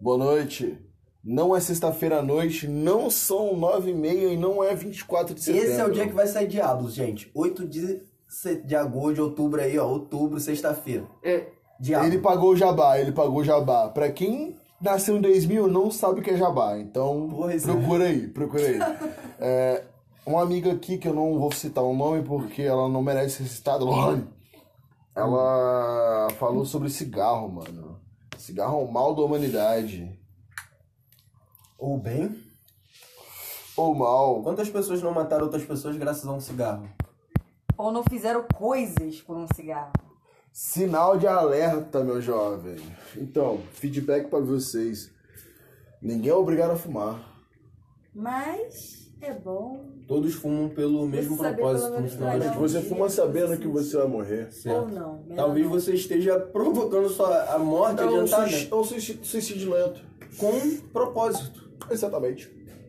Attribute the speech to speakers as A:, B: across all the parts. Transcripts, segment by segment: A: Boa noite. Não é sexta-feira à noite, não são nove e meia e não é 24 de setembro.
B: Esse é o dia que vai sair Diablos, gente. 8 de, se- de agosto, de outubro aí, ó. Outubro, sexta-feira.
C: É,
B: Diablos.
A: Ele pagou o jabá, ele pagou o jabá. Pra quem nasceu em 2000 não sabe o que é jabá, então
B: Pois é.
A: procura aí, procura aí. É, uma amiga aqui, que eu não vou citar o nome porque ela não merece ser citada, Lone, ela falou sobre cigarro, mano. Cigarro é o mal da humanidade.
B: Ou bem,
A: Ou mal.
B: quantas pessoas não mataram outras pessoas graças a um cigarro?
C: ou não fizeram coisas por um cigarro.
A: Sinal de alerta, meu jovem. Então, feedback pra vocês. Ninguém é obrigado a fumar.
D: Mas é bom
B: Todos fumam pelo mesmo
D: saber
B: propósito.
D: pelo
B: no
D: menos
B: final das
D: pra
B: contas.
A: Você fuma sabendo que você vai morrer.
D: ou
B: Certo.
D: não. melhor
A: Tá
B: Talvez
D: não.
B: você esteja provocando sua, a morte
A: É um,
B: adiantada
A: suicídio, é um suicídio, suicídio lento.
B: com um propósito.
A: Exatamente.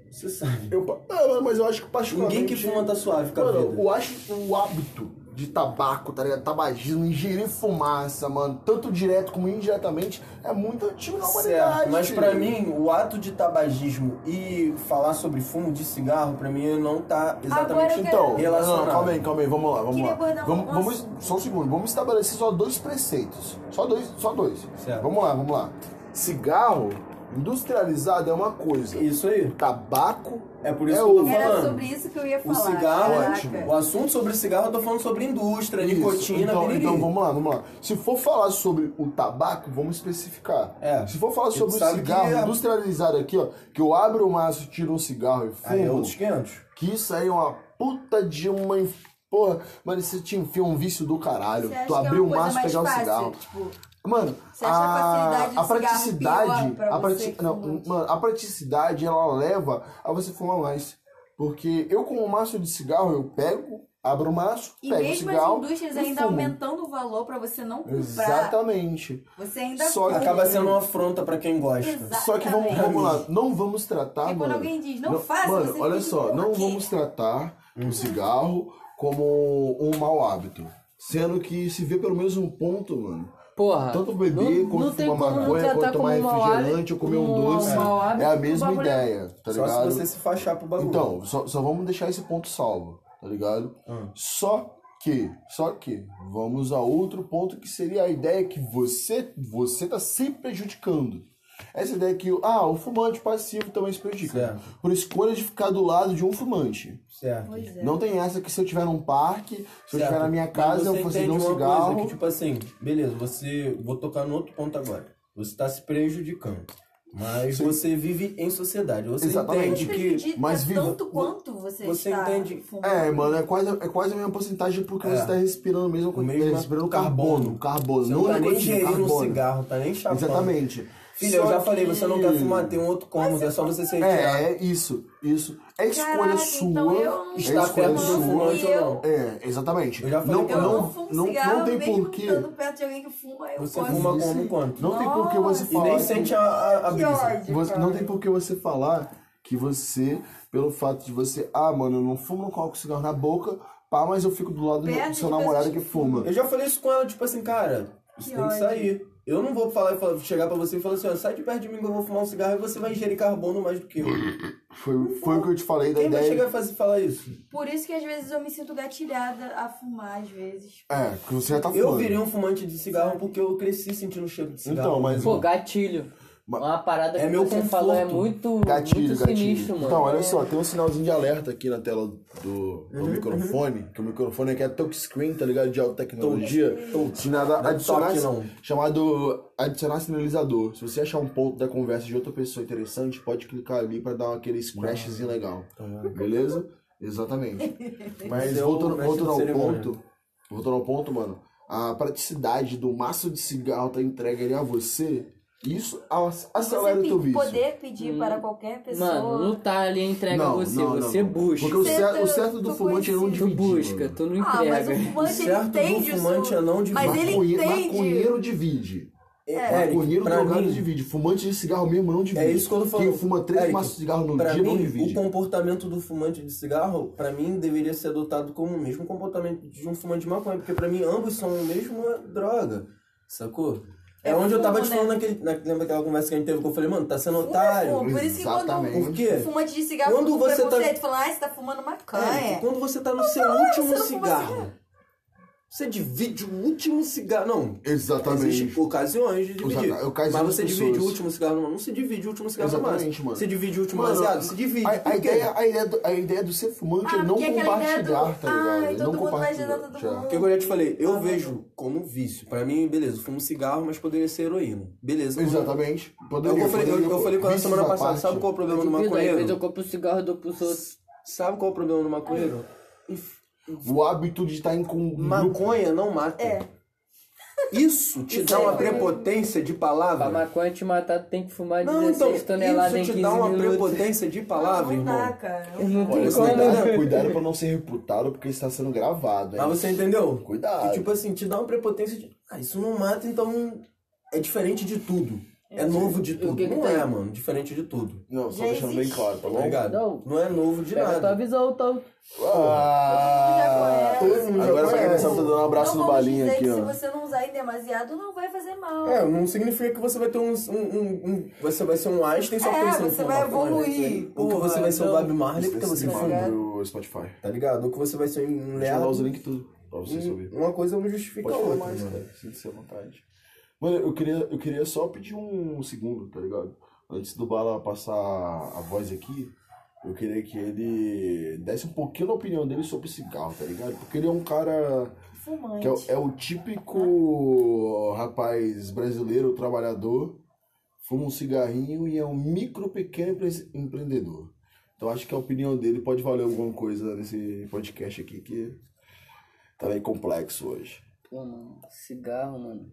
B: Você sabe.
A: Eu, pa- ah, mas eu acho que particularmente...
B: Ninguém que fuma tá suave com a
A: Mano,
B: vida.
A: eu acho que o hábito de tabaco, tá ligado? Tabagismo, ingerir fumaça, mano, tanto direto como indiretamente, é muito antigo na humanidade.
B: Certo, mas pra
A: filho.
B: mim, o ato de tabagismo e falar sobre fumo de cigarro, pra mim, não tá
D: Agora
B: exatamente
D: eu
A: Então, não,
B: relacionado.
A: não, calma aí, calma aí, vamos lá, vamos
D: Queria
A: lá.
D: abordar um
A: Vamos, vamos-
D: assunto.
A: só um segundo, vamos estabelecer só dois preceitos. Só dois, só dois.
B: Certo.
A: Vamos lá, vamos lá. Cigarro industrializado é uma coisa.
B: Isso aí.
A: Tabaco
B: É por isso
A: É
B: que eu tô
A: o-
D: Era
B: falando.
D: sobre isso que eu ia
B: O
D: falar.
B: cigarro,
A: é
B: é
D: caraca.
B: o assunto sobre cigarro, eu tô falando sobre indústria,
A: Isso,
B: É nicotina,
A: então,
B: biriri.
A: então vamos lá, vamos lá. Se for falar sobre o tabaco, vamos especificar.
B: É.
A: Se for falar
B: A gente
A: sobre o
B: sabe que
A: cigarro
B: é-
A: industrializado aqui, ó, que eu abro o maço, tiro um cigarro e
B: Aí é
A: fumo,
B: outros 500.
A: que isso aí é uma puta de uma. inf- Porra, mano, isso te enfia um vício do caralho.
D: Você acha
A: tu
D: que é
A: abrir
D: uma
A: o
D: coisa
A: maço e
D: mais
A: pegar um
D: fácil?
A: cigarro.
D: Tipo,
A: Mano,
D: Você acha a facilidade do cigarro pior pra
A: a
D: você
A: prati-
D: que
A: não, um,
D: fumante?
A: mano, a praticidade ela leva a você fumar mais. Porque eu com o maço de cigarro, eu pego, abro o maço,
D: e
A: pego o
D: mesmo assim, as
A: cigarro
D: indústrias
A: e
D: ainda
A: fumo.
D: aumentando o valor pra você não comprar.
A: Exatamente.
D: Você ainda
A: Só que-
B: Acaba sendo uma afronta pra quem gosta.
D: Exato.
A: Só que vamos,
D: Exatamente.
A: vamos lá, não vamos tratar,
D: Porque quando
A: mano.
D: alguém diz, não faça,
A: um Mano,
D: você
A: olha
D: fica,
A: só,
D: "Por
A: não
D: quê?"
A: vamos tratar
E: Uhum.
A: o cigarro como um mau hábito. Sendo que se vê pelo mesmo ponto, mano.
E: Porra.
A: Tanto beber
E: Ah, não,
A: quanto
E: não tem
A: fumar
E: como não
A: maconha,
E: tratar
A: quanto tomar
E: como um mau
A: refrigerante
E: hábito,
A: ou comer um
E: como um
A: doce.
E: mau hábito,
A: é a
E: um
A: mesma
E: bagulho-
A: ideia, tá
B: Só
A: ligado?
B: se você se fachar pro bagulho.
A: Então, só, só vamos deixar esse ponto salvo, tá ligado?
B: Hum.
A: Só que, só que, vamos a outro ponto que seria a ideia que você, você tá se prejudicando. Essa ideia que, ah, o fumante passivo também se prejudica.
B: Certo.
A: Por escolha de ficar do lado de um fumante.
B: certo.
D: Pois é.
A: Não tem essa que se eu tiver num parque, se eu
B: Certo.
A: estiver na minha
B: Mas
A: casa, eu
B: você
A: fosse
B: entende
A: um
B: uma
A: cigarro.
B: Coisa que, tipo assim, beleza, você. Vou tocar no outro ponto agora. Você tá se prejudicando. Mas você vive em sociedade. Você
A: Exatamente.
D: Você
B: entende que.
D: acredita
A: mas viva-
D: tanto quanto você,
B: você
D: está
B: entende-
D: fumando.
A: É, mano, é quase, é quase a mesma porcentagem porque
B: É.
A: você tá respirando mesmo,
B: O mesmo
A: é, respirando carbono, carbono,
B: Você
A: não,
B: não tá nem
A: nicotina,
B: gerindo um
A: carbono.
B: cigarro, tá nem chapando.
A: Exatamente.
B: Filha, eu
A: Só
B: já falei,
A: que-
B: você não quer fumar, tem um outro cômodo, é só você se retirar.
A: É, é isso, isso. É escolha
D: Caraca,
A: sua.
D: então eu não
A: é
B: Está
D: escolha
B: perto
A: escolha
B: do
D: fumando
A: sua.
B: fumante ou não?
A: É, exatamente.
B: Eu já falei
A: não,
B: que
D: Eu não,
A: não,
D: fumo
A: não,
D: cigarro,
A: não tem
D: mesmo
A: porquê.
D: estando perto de alguém que fuma, eu
B: Você
D: gosto.
B: fuma
A: Isso.
B: como quanto?
A: Não tem porquê você
D: Nossa.
B: E
A: falar.
B: nem
A: que-
B: sente a, a, a
D: Que
B: brisa.
D: ódio,
A: você-
D: cara.
A: não tem porquê você falar que você, pelo fato de você, ah, mano, eu não fumo, não coloco cigarro na boca, pá, mas eu fico do lado
D: Perto
A: do seu
D: de
A: namorado
D: pessoas
A: que
D: que
A: fuma.
B: Eu já falei isso com ela, tipo assim, cara, você tem
D: Que
B: que
D: ódio.
B: sair. Eu não vou falar, e falar- chegar pra você e falar assim, ó, sai de perto de mim que eu vou fumar um cigarro e você vai ingerir carbono mais do que eu.
A: Foi, foi o que eu te falei da
B: Quem vai
A: ideia.
B: chegar e fazer- falar isso?
D: Por isso que às vezes eu me sinto gatilhada a fumar, às vezes.
A: É, que você já tá
B: Eu
A: fumando.
B: virei um fumante de cigarro porque eu cresci sentindo cheiro de cigarro.
A: Então, mas-
E: Pô, gatilho.
A: Ma-
E: Uma parada
B: É
E: que
B: meu
E: você
B: conforto.
E: falou é muito,
A: Gatilho,
E: muito
A: gatilho.
E: sinistro, mano.
A: Então, olha só, tem um sinalzinho de alerta aqui na tela do,
B: Uhum,
A: do microfone, que o microfone aqui é touchscreen, tá ligado? De alta tecnologia. Se nada
B: Não é
A: adicionar,
B: toque, não.
A: chamado adicionar sinalizador. Se você achar um ponto da conversa de outra pessoa interessante, pode clicar ali pra dar aquele scratchzinho legal. Beleza? Exatamente. Mas
B: Tá Esse é o
A: voltando,
B: mestre
A: voltando
B: de
A: ao
B: cerimônia.
A: ponto, voltando ao ponto, mano, a praticidade do maço de cigarro tá entregue ali a você, isso ac- acelera
D: você
A: o teu
D: pe-
A: vício.
D: poder pedir para qualquer pessoa.
E: Hum. Mano, não tá ali entrega a você, você busca.
A: Porque o
D: Você
A: certo, o
D: tá-
A: certo do
D: tu
A: fumante é
B: um
A: não
E: Tu
A: dividir.
E: busca,
A: mano.
E: tu não
D: ah, mas o
E: entrega.
B: O
D: fumante ele
B: certo
D: entende
B: do fumante é
D: isso.
B: não de
D: Mas ele
A: Maconhe-
D: entende.
A: Maconheiro divide.
B: É, Eric,
A: maconheiro
B: pra
A: drogado
B: mim,
A: divide. Fumante de cigarro mesmo não divide.
B: É isso que eu tô falando.
A: Quem fuma três
B: Eric,
A: maços de cigarro no
B: pra
A: dia não
B: mim,
A: divide.
B: o comportamento do fumante de cigarro, pra mim, deveria ser adotado como o mesmo comportamento de um fumante de maconha, porque pra mim ambos são a mesma droga, sacou? É, onde eu tava te
D: fumo,
B: falando
D: né?
B: naquele. na- lembra aquela conversa que a gente teve que eu falei, mano, tá sendo
D: Fumo é
B: otário.
D: fumo. Por isso que
A: Exatamente.
D: quando
B: Por quê?
D: um fumante de cigarro
B: Quando
D: fica com
B: você tá-
D: preconceito, fala, ah, você tá fumando maconha. Ah,
B: É, quando você tá no seu último
D: você não fuma
B: cigarro,
D: cigarro.
B: você divide o último cigarro. Não,
A: Exatamente.
B: Existem ocasiões de dividir.
A: Oca- ocasiões
B: mas você
A: de
B: divide o
A: pessoas.
B: último cigarro no não se divide o último cigarro no
A: Exatamente,
B: máximo.
A: mano.
B: Você divide o último
A: Mano,
B: baseado, se divide.
A: A,
B: Por
A: a
B: quê?
A: ideia, a, ideia do, a ideia do ser fumante é
D: Ah,
A: não
D: porque aquela ideia do-
A: compartilhar, tá ligado?
D: Ai,
A: É
D: todo
A: não
D: mundo vai
A: compartilhar.
D: ajudar todo
A: já.
D: mundo.
B: O que eu já te falei, eu vejo como um vício. Pra mim, beleza, eu fumo cigarro, mas poderia ser heroína. Beleza. não é.
A: Exatamente.
B: É o que
A: Poderia,
B: Eu falei, eu,
A: poderia,
B: eu
A: pô.
B: falei com ela
A: Vícios
B: semana
A: à
B: passada,
A: parte.
B: sabe qual é o problema do
E: Divido, Tipo, às vezes eu
B: maconheiro?
E: compro um cigarro e dou pros outros.
B: Sabe qual é o problema do maconheiro?
A: O hábito de estar em com um grupo.
B: Maconha não mata.
D: É.
B: Isso te
D: Isso
B: dá
D: aí
B: uma
D: foi-
B: prepotência de
E: Pra
B: palavra.
E: maconha te matar, tu tem que fumar
B: Não,
E: 16
B: então,
E: toneladas em
B: isso
E: 15
B: te dá uma
E: minutos.
B: prepotência de palavra,
D: não dá,
B: irmão.
D: cara.
E: Não
A: Olha,
E: tem como, né?
A: cuidado, cuidado pra não ser reputado, porque está sendo gravado. hein?
B: Mas você entendeu?
A: Cuidado.
B: Que, tipo assim, te dá uma prepotência de. Ah, isso não mata, então. É diferente de tudo. É, novo de tudo.
E: o que que
B: não
E: tem?
B: é, mano. Diferente de tudo.
A: Não, só
D: Já
A: deixando bem
D: existe.
A: claro, tá
B: Tá
A: bom?
B: ligado?
E: Não.
B: é novo de
E: Pega tua
B: nada.
E: visão, então.
A: Ah,
D: Todo
B: mundo já
A: agora pra quem não
B: conhece.
A: sabe, tô dando um abraço
D: não
A: no
D: vamos
A: balinha
D: dizer
A: aqui,
D: que
A: ó.
D: Se você não usar em demasiado, não vai fazer mal.
B: É, não significa que você vai ter um. um, um, um- você vai ser um Einstein só
D: É,
B: porque você não
D: você
B: fuma
D: vai
B: maconha, né?
D: evoluir.
B: Ou que você
E: Porra,
B: vai ser o
E: então-
B: Bob Marley é porque você
A: Esse
B: fuma.
A: vídeo do tá Spotify.
B: Tá ligado? Ou que você vai ser um
A: Deixa eu dar
B: Léo.
A: os links tudo pra vocês ouvirem.
B: Hum, Uma coisa não justifica
A: Pode
B: a
A: falar
B: outra. né?
A: mais,
B: mano.
A: cara. Sinta-se à vontade. Mano, eu queria, eu queria só pedir um segundo, tá ligado? Antes do Bala passar a voz aqui, eu queria que ele desse um pouquinho da opinião dele sobre cigarro, tá ligado? Porque ele é um cara
D: Fumante.
A: que é, o- é o típico rapaz brasileiro, trabalhador, fuma um cigarrinho e é um micro pequeno empre- empreendedor. Então acho que a opinião dele pode valer alguma coisa nesse podcast aqui que tá meio complexo hoje.
E: Pô, mano, cigarro, mano.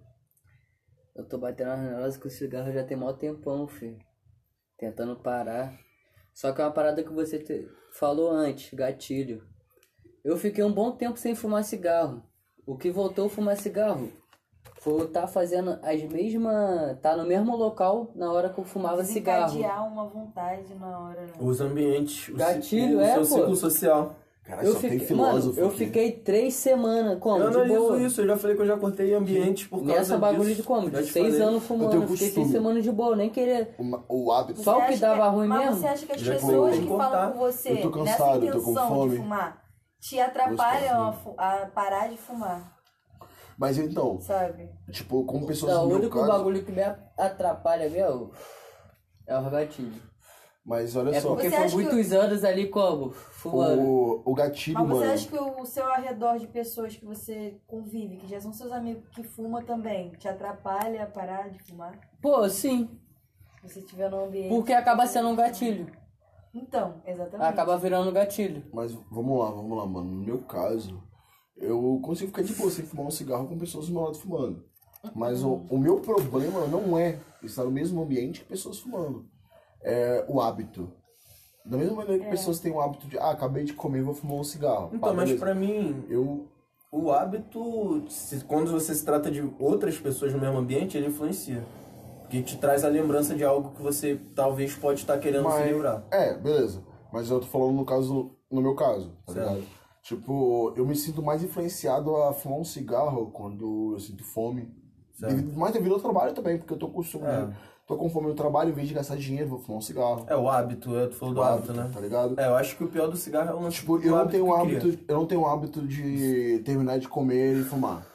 E: Eu tô batendo as neuroses que o cigarro já tem mó tempão, filho. Tentando parar. Só que é uma parada que você te- falou antes, gatilho. Eu fiquei um bom tempo sem fumar cigarro. O que voltou a fumar cigarro foi eu tá fazendo as mesmas. tá no mesmo local na hora que eu fumava cigarro.
D: Desencadear uma vontade na hora. né?
B: Os ambientes. O
E: Gatilho,
B: ciclo,
E: é,
B: o seu
E: pô.
B: ciclo social.
A: Cara,
E: Eu
A: só tem
E: fiquei, mano,
A: filósofo
E: eu
A: aqui.
E: fiquei três semanas, como?
B: eu
E: de
B: analiso
E: boa.
B: isso, eu já falei que eu já cortei ambiente por causa
E: Nessa bagulho
B: disso.
E: de como?
B: Já
E: De
B: te
E: seis
B: falei.
E: anos fumando.
A: tenho
E: Eu fiquei seis
A: costume.
E: semanas de boa, nem querer.
A: O, o hábito.
E: Só
D: Você
E: o que
D: acha é-
E: dava ruim
D: mas
E: mesmo?
D: você acha que as
B: Já
D: pessoas
B: vou
D: que
B: cortar.
D: falam com você
A: Eu tô cansado,
D: nessa
A: eu tô com
D: intenção
A: fome.
D: de fumar te atrapalham a, fu- a parar de fumar,
A: Mas então,
D: sabe?
A: tipo, como pessoas
E: Não,
A: no
E: o
A: meu
E: único
A: caso-
E: bagulho que me atrapalha, meu, é o gatilho.
A: Mas olha
E: É
A: só,
E: porque
D: Você
E: foi
D: acha que
E: muitos anos ali como? Fumando.
A: o, o gatilho,
D: Mas você
A: mano.
D: acha que o seu arredor de pessoas que você convive, que já são seus amigos que fumam também, te atrapalha a parar de fumar?
E: Pô, sim.
D: Se você estiver num ambiente.
E: Porque acaba sendo um gatilho.
D: Então, exatamente.
E: Acaba virando um gatilho.
A: Mas vamos lá, vamos lá, mano. No meu caso, eu consigo ficar de boa sem fumar um cigarro com pessoas do meu lado fumando. Mas o, o meu problema não é estar no mesmo ambiente que pessoas fumando. É o hábito. Da mesma maneira que pessoas têm o hábito de, ah, acabei de comer, vou fumar um cigarro.
B: Então,
E: Ah,
A: Pá,
B: mas
A: beleza.
B: pra mim,
A: Eu
B: o hábito, se- quando você se trata de outras pessoas no mesmo ambiente, ele influencia. Porque te traz a lembrança de algo que você talvez pode estar querendo
A: Mas-
B: se lembrar.
A: É, beleza. Mas eu tô falando no caso, no meu caso, tá
B: Certo.
A: ligado? Tipo, eu me sinto mais influenciado a fumar um cigarro quando eu sinto fome.
B: Certo.
A: Devido- mas devido ao trabalho também, porque eu tô com costume.
B: É.
A: de- Tô com fome no trabalho, em vez de gastar dinheiro, vou fumar um cigarro.
B: É o hábito, é, tu falou do hábito, né?
A: Tá ligado?
B: É, eu acho que o pior do cigarro é o lance
A: Tipo,
B: do
A: eu não tenho o
B: que cria.
A: hábito, eu não tenho o hábito de terminar de comer e fumar.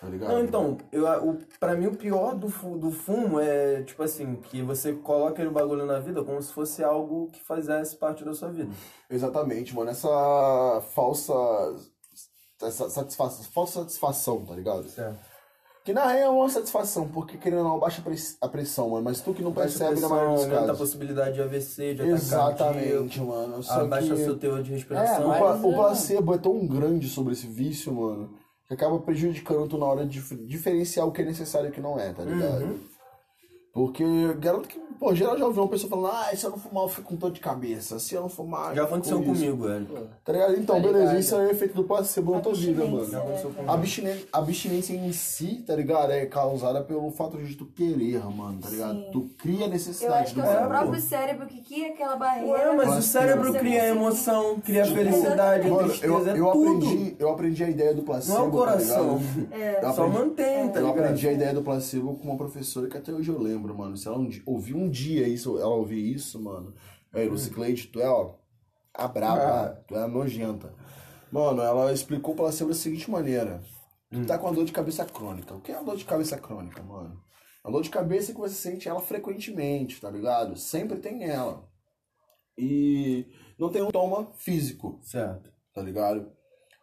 A: Tá ligado?
B: Não, então, eu, o, pra mim o pior do, fu- do fumo é, tipo assim, que você coloca aquele bagulho na vida como se fosse algo que fizesse parte da sua vida.
A: Uhum. Exatamente, mano. Essa falsa essa satisfação, falsa satisfação, tá ligado?
B: Certo.
A: Que na real é uma satisfação, porque querendo ou não, baixa press- a pressão, mano. Mas tu que não
B: Baixa
A: percebe na
B: pressão, né? Tá
A: maioria dos
B: aumenta a
A: casos.
B: possibilidade de AVC, de ataque
A: Exatamente, mano.
B: cardíaco,
A: Só
B: abaixa
A: que
B: seu teor de
A: é, o,
B: respiração.
A: pla-
E: mas
A: o
E: é-
A: placebo é tão grande sobre esse vício, mano,
B: Uhum.
A: que acaba prejudicando tu na hora de dif- diferenciar o que é necessário e o que não é, tá ligado? tá Porque garanto que, pô, geral já ouviu uma pessoa falando, ah, se eu não fumar eu fico com dor de cabeça, se eu não fumar.
B: Já
A: eu fico
B: aconteceu
A: com isso."
B: comigo, é. velho.
E: Pô,
A: Tá ligado? Então,
E: Tá
A: beleza,
E: ligado.
A: isso aí é o efeito do placebo na tua vida,
B: Já
A: mano.
B: aconteceu comigo.
A: A abstinência, a abstinência em si, tá ligado? É causada pelo fato de tu querer, mano, tá ligado?
D: Sim.
A: Tu cria
D: Eu
A: necessidade
D: acho que é o seu
E: né?
A: bagulho.
D: próprio cérebro que cria aquela barreira.
B: Ué, mas o
A: Mas
B: cérebro
A: você
B: cria
D: conseguir-
B: emoção, cria
D: Tipo,
B: felicidade,
D: Mano,
A: Mano, eu,
B: tristeza, é
A: eu,
B: tudo.
A: aprendi, eu aprendi a ideia do placebo.
B: Não é o coração.
A: Tá ligado?
D: É.
A: Eu
B: Só
A: aprendi-
B: mantém, tá
A: eu
B: ligado?
A: aprendi a ideia do placebo com uma professora que até hoje eu lembro, mano. Se ela um dia, ouvir um dia isso, ela ouvir isso, mano. É, Lucy Cleide, tu é, ó, a braba, tu é a nojenta. Mano, ela explicou o placebo da seguinte maneira. Tu tá com uma dor de cabeça crônica. O que é uma dor de cabeça crônica, mano? É uma dor de cabeça que você sente ela frequentemente, tá ligado? Sempre tem ela. E não tem um toma físico
B: Certo.
A: tá ligado?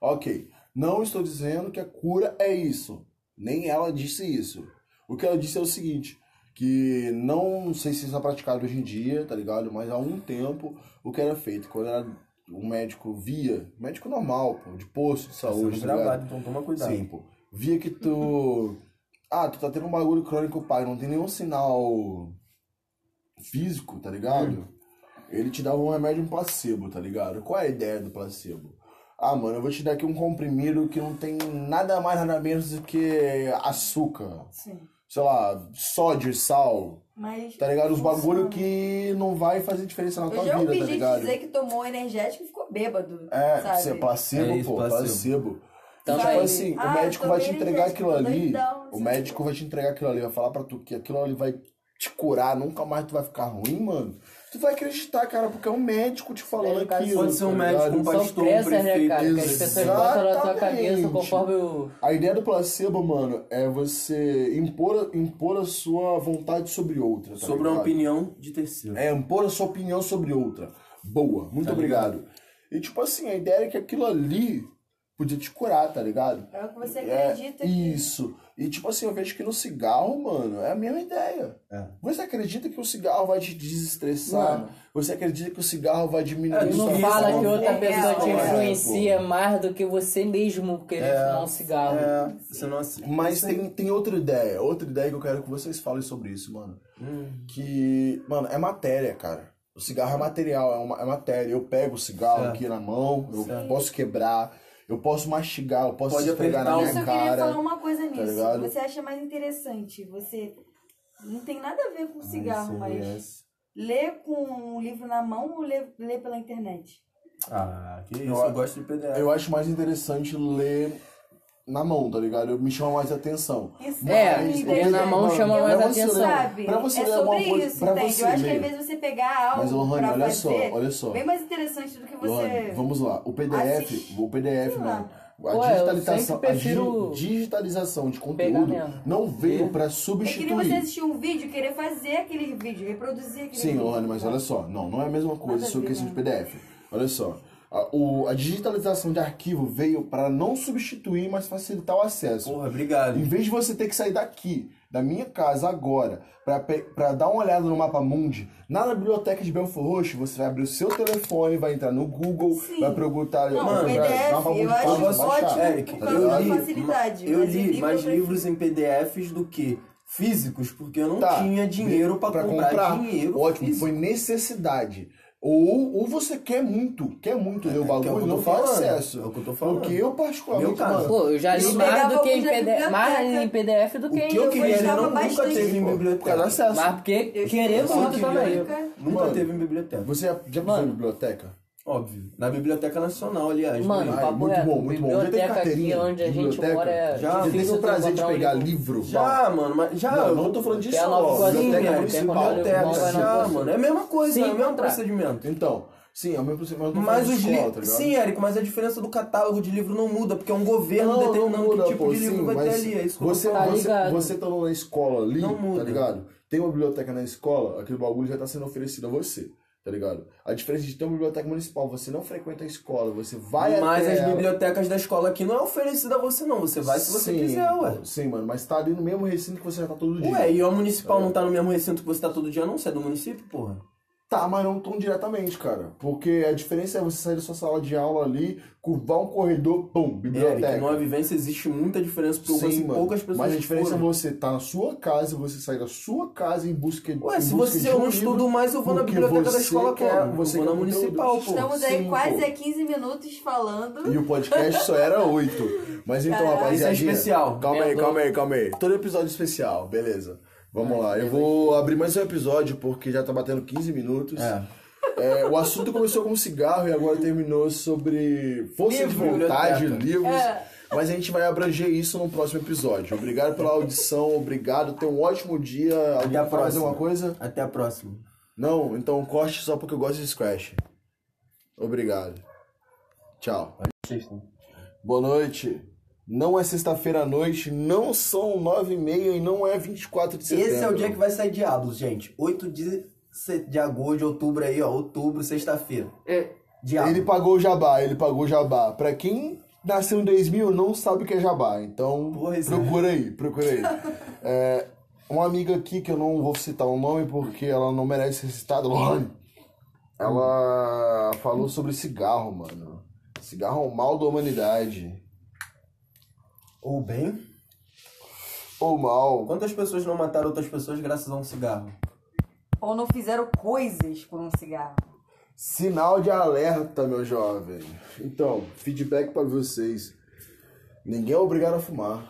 A: Ok, não estou dizendo que a cura é isso, nem ela disse isso. O que ela disse é o seguinte, que não sei se isso é praticado hoje em dia, tá ligado? Mas há um tempo, o que era feito, quando era um médico via, médico normal, pô, de posto de
B: Tá
A: saúde, tá ligado?
B: gravado, então toma cuidado.
A: Sim, pô. Via que tu. Ah, tu tá tendo um bagulho crônico, pai, não tem nenhum sinal físico, tá ligado? Ele te dava um remédio, um placebo, tá ligado? Qual é a ideia do placebo? Ah, mano, eu vou te dar aqui um comprimido que não tem nada mais, nada menos do que açúcar.
D: Sim.
A: Sei lá, sódio e sal.
D: Mas.
A: Tá ligado? Os bagulho
D: funciona.
A: que não vai fazer diferença na
D: Eu
A: tua
D: já
A: vida,
D: ouvi
A: tá
D: gente
A: ligado?
D: dizer que tomou energético e ficou bêbado.
A: É,
D: sabe?
A: você é placebo,
B: É isso,
A: pô,
B: placebo.
A: placebo.
E: Então
A: tipo
E: tá aí.
A: assim,
D: Ah,
A: o médico
D: tô
A: vai te
D: bem
A: entregar
D: energético,
A: aquilo
D: tô
A: ali.
D: doidão,
A: O
D: assim.
A: médico vai te entregar aquilo ali, vai falar pra tu que aquilo ali vai te curar, nunca mais tu vai ficar ruim, mano. Tu vai acreditar, cara, porque é um médico te falando
E: É, o cara
A: aquilo.
B: Pode ser um
A: tá
B: médico,
A: ligado?
B: um
E: São
B: pastor, um
E: crenças, né,
B: prefeito.
E: cara? Que as pessoas botam na tua cabeça
A: Exatamente.
E: conforme o.
A: A ideia do placebo, mano, é você impor, impor a sua vontade sobre outra. Tá
B: Sobre uma
A: ligado?
B: opinião de terceiro.
A: É impor a sua opinião sobre outra. Boa, muito
B: Tá
A: obrigado. E tipo assim, a ideia é que aquilo ali podia te curar, tá ligado?
D: É o que você
A: É,
D: acredita que.
A: Isso. E tipo assim, eu vejo que no cigarro, mano, é a mesma ideia.
B: É.
A: Você acredita que o cigarro vai te desestressar?
E: Mano.
A: Você acredita que o cigarro vai diminuir
B: É,
E: Tu
A: sua
E: não
B: Isso,
E: fala
B: isso,
E: que outra
D: é,
E: pessoa te
A: é,
E: influencia mais do que você mesmo querer fumar um cigarro.
B: É, você não aceita.
A: Mas tem, tem outra ideia, outra ideia que eu quero que vocês falem sobre isso, mano.
B: Hum,
A: Que, mano, é matéria, cara. O cigarro é material, é, uma, é matéria. Eu pego o cigarro
B: Certo.
A: aqui na mão, eu
B: Certo.
A: posso quebrar, eu posso mastigar, eu posso
B: Pode
A: esfregar na
B: apertar o-
A: minha
D: Isso eu queria
A: né, cara. tá
D: falar uma coisa nisso.
A: ligado?
D: você acha mais interessante? Você não tem nada a ver
A: Ah,
D: com cigarro,
A: é.
D: mas
B: ICBS.
D: ler com um livro na mão ou ler, ler pela internet?
B: Ah, que isso,
A: Eu-
B: eu, gosto de PDF.
A: Eu acho mais interessante ler na mão, tá ligado? Eu- Me chama mais atenção.
D: Isso uma
E: É,
A: Mas,
D: ideia
E: ler na mão
A: mano,
E: chama
A: pra
E: mais
A: você
E: atenção.
A: ler-
D: Sabe?
A: Pra você
D: é
A: ler
D: sobre
A: alguma coisa,
D: isso,
A: pra
D: entende?
A: você
D: Eu acho que
A: ler.
D: às vezes você pegar algo
A: Mas, Lohane,
D: pra
A: olha só,
D: fazer É
A: olha só.
D: bem mais interessante do que você...
A: Lohane, vamos lá. O PDF,
D: assiste.
A: o PDF,
D: Sei
A: mano. né? A
E: Ué, eu
A: digitalização,
E: sempre
A: a di-
E: prefiro
A: digitalização de
E: pegar
A: conteúdo
E: mesmo.
A: não veio pra
D: É que nem você
A: substituir.
D: assistir um vídeo e querer fazer aquele vídeo, reproduzir aquele
A: Sim,
D: vídeo. tá?
A: Lohane, mas olha só. Não, não é a mesma coisa
D: Nada a
A: sobre
D: ver,
A: questão de
D: né?
A: PDF. Olha só. A, o- a digitalização de arquivo veio pra não substituir, mas facilitar o acesso.
B: Porra, obrigado.
A: Em vez de você ter que sair daqui, da minha casa agora, pra pe- pra dar uma olhada no mapa mundi, na biblioteca de Belfor Roxo, você vai abrir o seu telefone, vai entrar no Google,
D: Sim.
A: vai perguntar,
D: Não,
A: vai
B: Mano,
D: o
A: procurar
D: PDF
A: mapa mundi
D: eu
A: pra
D: acho
A: você baixar. É,
D: ótimo
B: Eric,
D: por
A: eu
D: causa da
A: li-
D: facilidade.
B: Eu
D: mas o
B: li
D: livro
B: mais
D: eu prefiro.
B: livros em PDFs do que físicos, porque eu não
A: Tá.
B: tinha dinheiro pra,
A: Pra
B: comprar,
A: comprar.
B: dinheiro.
A: Ótimo,
B: físico.
A: foi necessidade. Ou, ou você quer muito, quer muito ler o
B: que é o que
A: bagulho,
B: eu tô
A: não tem
B: falando,
A: acesso.
B: é o que eu tô falando.
A: Porque eu, particularmente,
B: Meu caso.
A: mano,
E: Pô, eu já li
D: Eu
E: mais
D: pegava
E: do que em
D: alguns da
E: PDF, mais
D: biblioteca.
E: em PDF do que
A: o
E: em
A: que eu queria ler
D: gostava
A: não nunca
D: bastante.
A: teve em
B: Por
A: biblioteca.
B: causa do acesso.
E: Mas porque
D: Eu
E: queria
B: né?
D: estudei
E: muito
D: na
E: também.
D: biblioteca.
B: Nunca
A: Mano.
B: teve em biblioteca.
A: Você já, já foi
E: Mano.
A: em biblioteca?
B: Óbvio. Na Biblioteca Nacional, aliás.
E: Mano,
A: Ai,
B: né?
E: papo
A: muito
E: reto,
A: bom, muito bom. Já teve
E: biblioteca aqui
A: carteirinha?
E: onde a gente
A: Biblioteca?
E: mora é
A: Já
E: difícil
A: teve o
E: tu
A: prazer de
E: encontrar um
A: pegar
E: livro.
A: livro?
B: já, mano, mas já.
A: Não,
B: eu
A: não
B: não tô falando de
E: Até a nova
B: escola.
E: cozinha,
B: Biblioteca
E: até
B: principal.
E: quando
B: Biblioteca,
E: eu vou, vai na
B: já,
E: cozinha.
B: mano. É a mesma coisa,
E: Sim,
B: é o mesmo
E: encontrar.
B: procedimento.
A: Então, sim, é o mesmo princípio, mas eu tô
B: Mas
A: falando
B: os
A: de escola, tá
B: livros.
A: ligado?
B: Sim, Érico, mas a diferença do catálogo de livro não muda, porque é um governo
A: não, não
B: determinando
A: muda,
B: que tipo
A: pô,
B: de livro
A: sim,
B: vai ter
A: mas
B: ali. É isso que
A: você,
B: eu tô falando.
A: você,
E: ligado.
A: você tá na escola ali,
B: Não
A: tá
B: muda.
A: ligado? Tem uma biblioteca na escola, aquele bagulho já tá sendo oferecido a você, tá ligado? A diferença de ter uma biblioteca municipal, você não frequenta a escola, você vai
B: mas
A: até
B: as
A: ela.
B: bibliotecas da escola aqui não é oferecida a você, não. Você vai se você
A: Sim,
B: quiser, ué.
A: pô, Sim, mano, mas tá ali no mesmo recinto que você já tá todo dia.
B: Ué, e a municipal não tá no mesmo recinto que você tá todo dia, não? Você é do é município, porra?
A: Tá, mas não tão diretamente, cara. Porque a diferença é você sair da sua sala de aula ali, curvar um corredor, pum, biblioteca.
B: É, numa vivência existe muita diferença porque eu
A: Sim,
B: conheço
A: mano.
B: poucas pessoas
A: Mas a
B: que
A: diferença
B: foram.
A: é você estar na sua casa, você sair da sua casa em busca em
B: Ué, se
A: busca
B: você
A: de
B: eu
A: um
B: não
A: livro,
B: estudo mais, eu vou na
A: porque
B: biblioteca da
A: você
B: escola
A: quer-
B: quero.
A: você
B: eu
A: quer
B: vou na
A: conteúdo.
B: municipal, pô.
A: Então-
C: Estamos aí
A: sim,
C: quase
A: pô.
C: a 15 minutos falando.
A: E o podcast só era oito. Mas então,
C: Caralho.
B: Isso é
A: rapaziada.
B: especial.
A: Calma aí,
E: Meia
A: calma aí, calma aí. Todo episódio especial, beleza. Vamos lá, eu vou abrir mais um episódio porque já tá batendo 15 minutos.
B: É.
A: É, o assunto começou com cigarro e agora terminou sobre força de
B: Livro,
A: vontade,
B: biblioteca.
A: livros.
C: É.
A: Mas a gente vai abranger isso no próximo episódio. Obrigado pela audição, obrigado. Tenha um ótimo dia. Alguém
B: a
A: quer falar mais
B: próxima.
A: alguma coisa?
B: Até a próxima.
A: Não, então corte só porque eu gosto de Scratch. Obrigado. Tchau. Boa noite. Não é sexta-feira à noite, não são nove e meia e não é 24 de setembro.
B: Esse é o dia que vai sair Diablos, gente. 8 de, se- de agosto, de outubro aí, ó. Outubro, sexta-feira.
E: É.
B: Diablos.
A: Ele pagou o jabá, ele pagou o jabá. Pra quem nasceu em 2000 não sabe o que é jabá, então
B: Pois é.
A: procura aí, procura aí. É, uma amiga aqui, que eu não vou citar o nome porque ela não merece ser citada, Lone, ela falou sobre cigarro, mano. Cigarro é um mal da humanidade.
B: Ou bem.
A: Ou mal.
B: Quantas pessoas não mataram outras pessoas graças a um cigarro?
C: Ou não fizeram coisas por um cigarro.
A: Sinal de alerta, meu jovem. Então, feedback pra vocês. Ninguém é obrigado a fumar.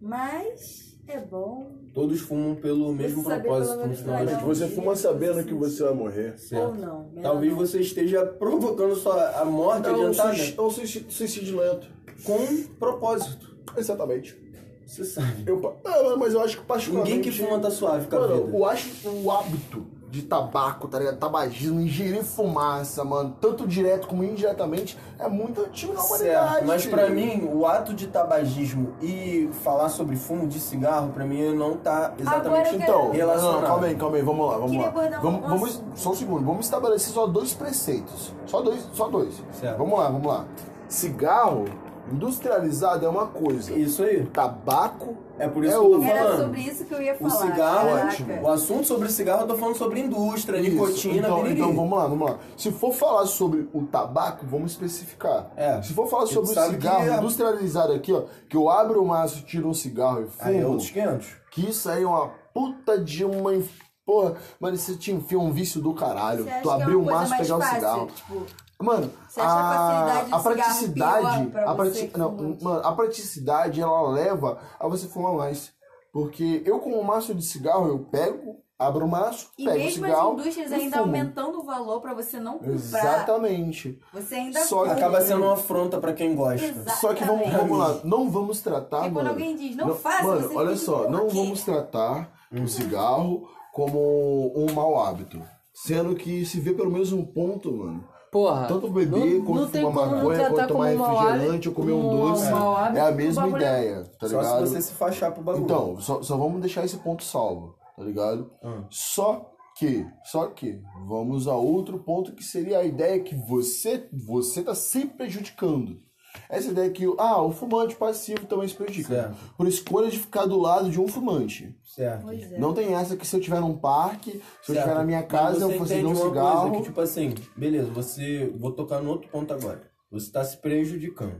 D: Mas é bom
B: Todos fumam pelo mesmo
D: saber
B: propósito.
D: pelo
B: no
D: menos
B: final
D: vai
B: das
D: dar um
B: contas.
A: Você fuma sabendo que você vai morrer.
D: ou não. melhor
B: Talvez
D: não.
B: você esteja provocando sua, a morte adiantada
A: é um suicídio, suicídio lento.
B: com um propósito.
A: Exatamente.
B: Você sabe.
A: Eu, pa- Ah, mas eu acho que particularmente...
B: Ninguém que fuma tá suave com a
A: Mano,
B: vida.
A: eu acho que o hábito de tabaco, tá ligado? Tabagismo, ingerir fumaça, mano, tanto direto como indiretamente, é muito antigo na humanidade.
B: Certo, mas pra
A: filho.
B: mim, o ato de tabagismo e falar sobre fumo de cigarro, pra mim, não tá
D: Agora
B: exatamente
D: eu
A: Então,
B: então relacionado.
A: não, não, calma aí, calma aí, vamos lá, vamos
D: Queria
A: lá.
D: abordar um
A: Vamos, vamos-
D: assunto.
A: só um segundo, vamos estabelecer só dois preceitos. Só dois, só dois.
B: Certo.
A: Vamos lá, vamos lá. Cigarro industrializado é uma coisa.
B: Isso aí.
A: Tabaco
B: É por isso
A: É
B: que eu tô
A: outra.
B: falando.
C: Era sobre isso que eu ia falar.
B: O cigarro, é
A: é
C: caraca.
B: ótimo. O assunto sobre cigarro, eu tô falando sobre indústria,
A: Isso.
B: É nicotina,
A: então,
B: biriri.
A: então vamos lá, vamos lá. Se for falar sobre o tabaco, vamos especificar.
B: É.
A: Se for falar
B: Ele
A: sobre o
B: sabe
A: cigarro
B: que é-
A: industrializado aqui, ó, que eu abro o maço, tiro um cigarro e
B: Aí é
A: fumo,
B: outros 500.
A: que isso aí é uma puta de uma. inf- Porra, mano, você te enfia um vício do caralho.
D: Você acha
A: tu
D: que é
A: abrir o
D: uma coisa
A: maço e
D: mais
A: pegar um
D: fácil?
A: cigarro.
D: Tipo,
A: Mano,
D: Você acha a facilidade do
A: a
D: cigarro
A: praticidade,
D: pior pra
A: a
D: você
A: prati-
D: que
A: não,
D: fuma?
A: mano, a praticidade ela leva a você fumar mais. Porque eu com o maço de cigarro eu pego, abro o maço,
C: E
A: pego o
C: mesmo as
A: cigarro
C: indústrias
A: e
C: ainda
A: fumo.
C: aumentando o valor pra você não comprar.
A: Exatamente.
C: Você ainda
A: Só
C: compra.
B: Acaba sendo uma afronta pra quem gosta.
C: Exato.
A: Só que vamos,
C: Exatamente.
A: vamos lá, não vamos tratar,
C: Porque quando
A: mano.
C: alguém diz, não faça,
A: Mano,
C: você
A: olha
C: fica,
A: só,
C: por
A: não
C: quê?
A: vamos tratar o cigarro como um mau hábito. Sendo que se vê pelo mesmo ponto, mano.
E: Porra.
A: Tanto beber
E: Ah, não,
A: quanto
E: não tem
A: fumar
E: como não
A: maconha,
E: tratar
A: quanto tomar
E: como um mau hábito,
A: refrigerante ou comer um
E: como
A: doce,
E: mau hábito,
A: é a
E: um
A: mesma
E: bagulho-
A: ideia,
B: Só
A: tá ligado?
B: se você se fachar pro bagulho.
A: Então, só, só vamos deixar esse ponto salvo, tá ligado?
B: Hum.
A: Só que, só que, vamos a outro ponto que seria a ideia que você, você tá se prejudicando. Essa ideia que, ah, o fumante passivo também se prejudica.
B: Certo.
A: Por escolha de ficar do lado de um fumante.
B: certo.
D: pois é.
A: Não tem essa que se eu tiver num parque, se eu
B: Certo.
A: estiver na minha
B: Mas
A: casa,
B: você
A: eu fosse
B: entende
A: um
B: uma
A: cigarro.
B: Coisa que, tipo assim, beleza, você. Vou tocar no outro ponto agora. Você tá se prejudicando.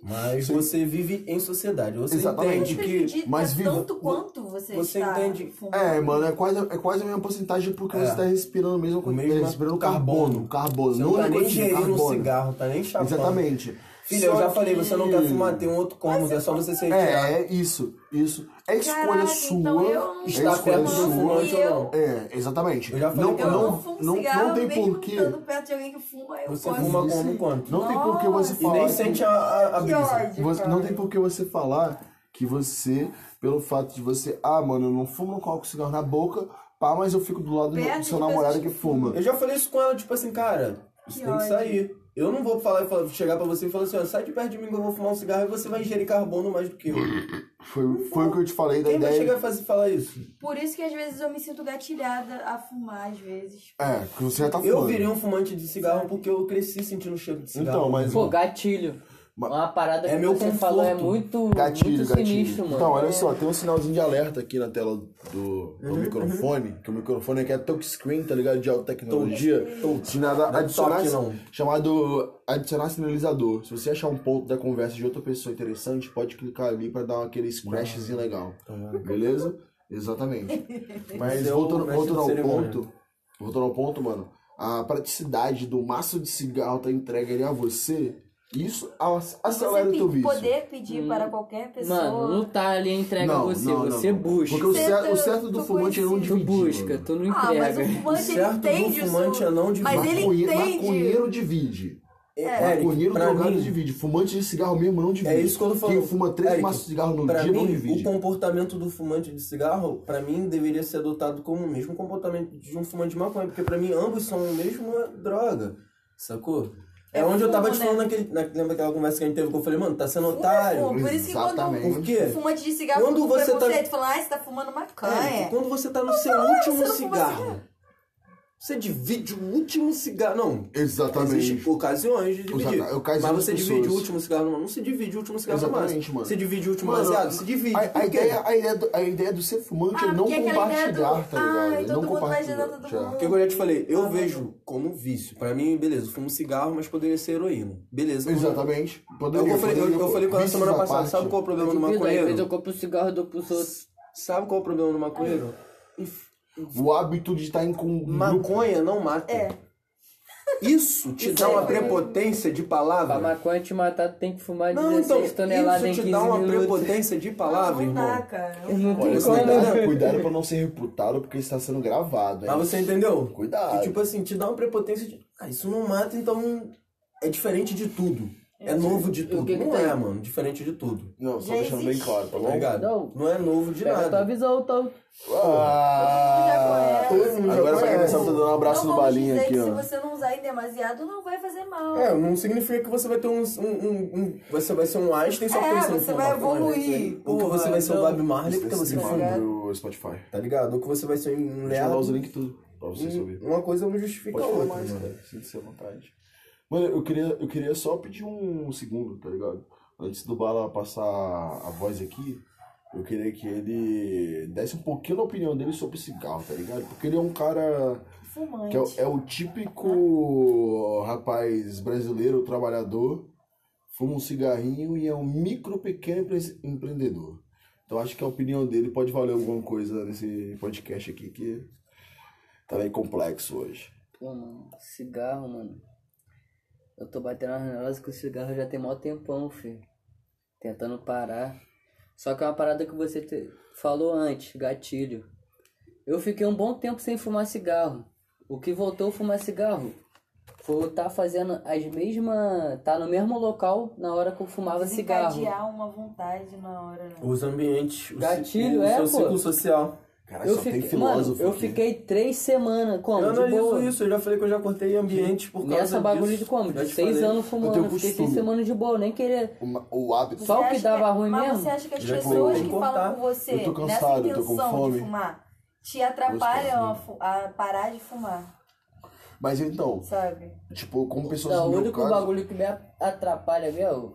B: Mas
A: Sim.
B: você vive em sociedade. Você
A: Exatamente.
B: entende que.
D: Prejudica
A: mas viva-
D: tanto quanto você,
B: você
D: está
B: entende-
D: fumando.
A: É, mano, é quase, é quase a mesma porcentagem porque
B: né? É.
A: você tá respirando mesmo,
B: O mesmo
A: é, respirando carbono, carbono,
B: Você
A: não, é
B: não tá nem
A: nicotina,
B: ingerindo um
A: carbono.
B: cigarro, tá nem chapando.
A: Exatamente.
B: Filha, eu
A: Só
B: já falei,
A: que-
B: você não quer fumar, tem um outro cômodo, é só você se retirar.
A: É, é isso, isso. É escolha
C: Caraca,
A: sua.
C: então eu não
A: é
B: Está
A: escolha
B: perto de um
C: fumando
A: sua.
B: fumante
C: e
B: ou
C: eu-
B: não.
A: É, exatamente.
B: Eu já falei
A: não,
B: que
A: não,
B: eu
A: não,
D: não fumo cigarro,
A: não tem
D: mesmo
A: porquê.
D: estando perto de alguém que fuma, eu
B: Você
D: posso.
B: fuma como quanto?
A: Não tem porquê você
B: E
A: falar.
B: nem
A: que-
B: sente a, a, a
D: Que
B: brisa.
D: ódio,
A: você-
D: cara.
A: não tem porquê você falar que você, pelo fato de você, ah, mano, eu não fumo, não coloco cigarro na boca, pá, mas eu fico do lado do
D: Perto
A: meu- do seu
D: de pessoas
A: namorado que
D: que
A: fuma.
B: Eu já falei isso com ela, tipo assim, cara, você tem
D: Que
B: que
D: ódio.
B: sair. Eu não vou falar, e falar- chegar pra você e falar assim, ó, sai de perto de mim que eu vou fumar um cigarro e você vai ingerir carbono mais do que eu.
A: Uhum. Foi, foi o que eu te falei da
B: Quem vai
A: ideia.
B: chegar e fazer- falar isso?
D: Por isso que às vezes eu me sinto gatilhada a fumar, às vezes.
A: É, que você já tá fumando.
B: Eu virei um fumante de cigarro porque eu cresci sentindo o cheiro de cigarro.
A: Então, mas.
E: Pô, gatilho.
A: Ma-
E: Uma parada
B: É
E: que
B: meu
E: você falou é
B: conforto.
E: muito,
A: Gatilho,
E: muito
A: gatilho.
E: sinistro, mano.
A: Então, olha só, tem um sinalzinho de alerta aqui na tela do,
B: Uhum,
A: do microfone, que o microfone aqui é touchscreen, tá ligado? De alta tecnologia. Se nada
B: Não é
A: adicionar,
B: toque, não.
A: chamado adicionar sinalizador. Se você achar um ponto da conversa de outra pessoa interessante, pode clicar ali pra dar aquele crashzinho legal. Beleza? Exatamente. Mas
B: Esse Tá é o
A: voltando,
B: mestre
A: voltando
B: de
A: ao
B: cerimônia.
A: ponto, voltando ao ponto, mano, a praticidade do maço de cigarro tá entregue ali a você, isso ac- acelera
D: você
A: o teu
D: tem que
A: vício.
D: poder pedir para qualquer pessoa.
E: Hum. Mano, não tá ali entrega a você, você busca.
A: Porque o,
D: Você
A: cer-
D: tá-
A: o certo do
D: tu
A: fumante é não
E: Tu
A: dividir.
E: busca,
A: mano.
E: tu não
D: ah, mas o
E: entrega.
B: O
D: fumante ele
B: certo
D: entende
B: do fumante
D: isso.
B: é não
D: mas
B: dividir.
D: ele
A: Maconhe-
D: entende.
A: Maconheiro divide.
B: É, Eric,
A: maconheiro
B: pra
A: drogado
B: mim,
A: divide. Fumante de cigarro mesmo não divide.
B: É isso que eu tô falando.
A: Quem fuma três
B: Eric,
A: maços de cigarro no
B: pra
A: dia
B: mim,
A: não divide.
B: o comportamento do fumante de cigarro, pra mim, deveria ser adotado como o mesmo comportamento de um fumante de maconha, porque pra mim ambos são a mesma droga, sacou? É,
D: É
B: onde eu tava te
D: fumo,
B: falando naquele, na, lembra aquela conversa que a gente teve que eu falei, mano, tá sendo
D: Fumo é
B: otário.
D: fumo. Por isso que quando-
A: Exatamente.
B: Por quê?
D: O fumante de cigarro
B: Quando
D: com
B: você tá-
D: preconceito fala, ah, você tá fumando
B: Eric,
A: É,
D: maconha.
B: quando você tá no seu último
D: você não fuma
B: cigarro, você divide o último cigarro. Não,
A: Exatamente.
B: Existem ocasiões de dividir.
A: Exata- ocasiões
B: Mas você
A: de
B: divide o
A: pessoas.
B: último cigarro não, não se divide o último cigarro
A: Exatamente,
B: mais.
A: mano.
B: Você divide o último
A: Mano,
B: baseado, se divide.
A: A,
B: Por
A: a
B: quê?
A: ideia, a, ideia do, a ideia do ser fumante é
D: Ah,
A: não
D: porque aquela ideia do-
A: compartilhar, tá ligado?
D: Ai,
A: É
D: todo
A: não
D: mundo vai
A: compartilhar.
D: ajudar todo
A: já.
D: mundo.
B: Porque como eu já te falei, eu vejo como vício. Pra mim, beleza, fumo cigarro, mas poderia ser heroína. Beleza.
A: Exatamente.
B: Eu,
A: Poderia,
B: eu, falei, eu,
A: poderia,
B: eu falei com ela
A: vícios
B: semana
A: à
B: passada,
A: parte.
B: sabe qual é o problema do
E: Eu divido, Às vezes eu
B: maconheiro?
E: compro um cigarro e dou pros outros.
B: Sabe qual é o problema do maconheiro?
A: Hum.
B: Enf-
A: O hábito de estar em com...
B: Maconha não mata.
D: É.
B: Isso te dá uma prepotência de
E: é Pra
B: palavra.
E: maconha te matar, tu tem que fumar
B: Não,
E: 16
B: então,
E: toneladas em
B: isso
E: 15
B: te dá uma
E: minutos.
B: prepotência de
D: Não,
B: palavra,
D: não dá,
B: irmão.
D: cara.
E: Não
A: Olha,
E: tem
B: Isso não
E: como,
B: dá.
E: né?
A: cuidado, cuidado pra não ser reputado, porque está sendo gravado, hein?
B: Mas você entendeu?
A: Cuidado.
B: Que, tipo assim, te dá uma prepotência de. Ah, isso não mata, então. É diferente de tudo. É novo de tudo.
E: O que que
B: não
E: tem?
B: é, mano. Diferente de tudo.
A: Não, só
D: Já
A: deixando bem
D: existe.
A: claro, tá
B: Tá
A: bom?
B: ligado?
E: Não.
B: é novo de
E: Pega tua
B: nada.
E: visão, então.
A: Ah,
D: Todo
B: mundo já
A: agora pra quem não
B: conhece.
A: sabe, tô dando um abraço no
D: não Então vamos
A: balinho
D: dizer
A: aqui,
D: que
A: ó.
D: se você não usar em demasiado, não vai fazer mal.
B: É, não significa que você vai ter um. um, um, um- você vai ser um Einstein só
D: É,
B: pensando
D: você
B: em
D: vai
B: maconha,
D: evoluir,
B: né? tá Ou que você vai ser o Bob Marley porque você
A: Esse
B: fuma.
A: vídeo do Spotify.
B: Tá ligado? Ou que você vai ser um
A: Deixa eu dar os
B: lerdo.
A: links tudo pra vocês ouvirem.
B: Uma coisa não justifica a
A: Pode falar
B: outra.
A: mais,
B: mano.
A: cara. Sinta-se à vontade. Mano, eu queria, eu queria só pedir um segundo, tá ligado? Antes do Bala passar a voz aqui, eu queria que ele desse um pouquinho da opinião dele sobre cigarro, tá ligado? Porque ele é um cara
D: Fumante.
A: que é, o- é o típico rapaz brasileiro, trabalhador, fuma um cigarrinho e é um micro pequeno empre- empreendedor. Então acho que a opinião dele pode valer alguma coisa nesse podcast aqui que tá meio complexo hoje.
E: Pô, mano, cigarro, mano. Eu tô batendo as neuroses com cigarro já tem mó tempão, filho. Tentando parar. Só que é uma parada que você te- falou antes, gatilho. Eu fiquei um bom tempo sem fumar cigarro. O que voltou a fumar cigarro foi eu tá fazendo as mesmas. tá no mesmo local na hora que eu fumava cigarro.
D: Desencadear uma vontade na hora. né?
B: Os ambientes. o
E: Gatilho,
B: ciclo- o
E: é,
B: seu
E: pô.
B: ciclo social.
A: Cara,
E: Eu
A: só tem
E: fiquei,
A: filósofo
E: mano, eu
A: aqui.
E: fiquei três semanas, como?
B: eu
E: de boa.
B: analiso isso, eu já falei que eu já cortei ambientes por causa
E: Nessa bagulho
B: disso.
E: de como?
B: Já
E: De
B: te
E: seis
B: falei.
E: anos fumando,
A: tenho
E: eu fiquei seis
A: costume.
E: semanas de boa, nem querer.
A: Uma- o hábito.
E: Só o
D: Você
E: que
D: acha
E: dava ruim
D: mas
E: mesmo?
D: você acha que as
B: Já
D: pessoas
B: vou
D: que
B: cortar.
D: falam com você
A: Eu tô
D: nessa
A: cansado, eu tô com
D: intenção
A: fome.
D: de fumar te atrapalham a, fu- a parar de fumar,
A: Mas então,
D: sabe?
A: tipo, como pessoas
E: Não,
A: no
E: o
A: meu
E: único
A: caso-
E: bagulho que me atrapalha, meu,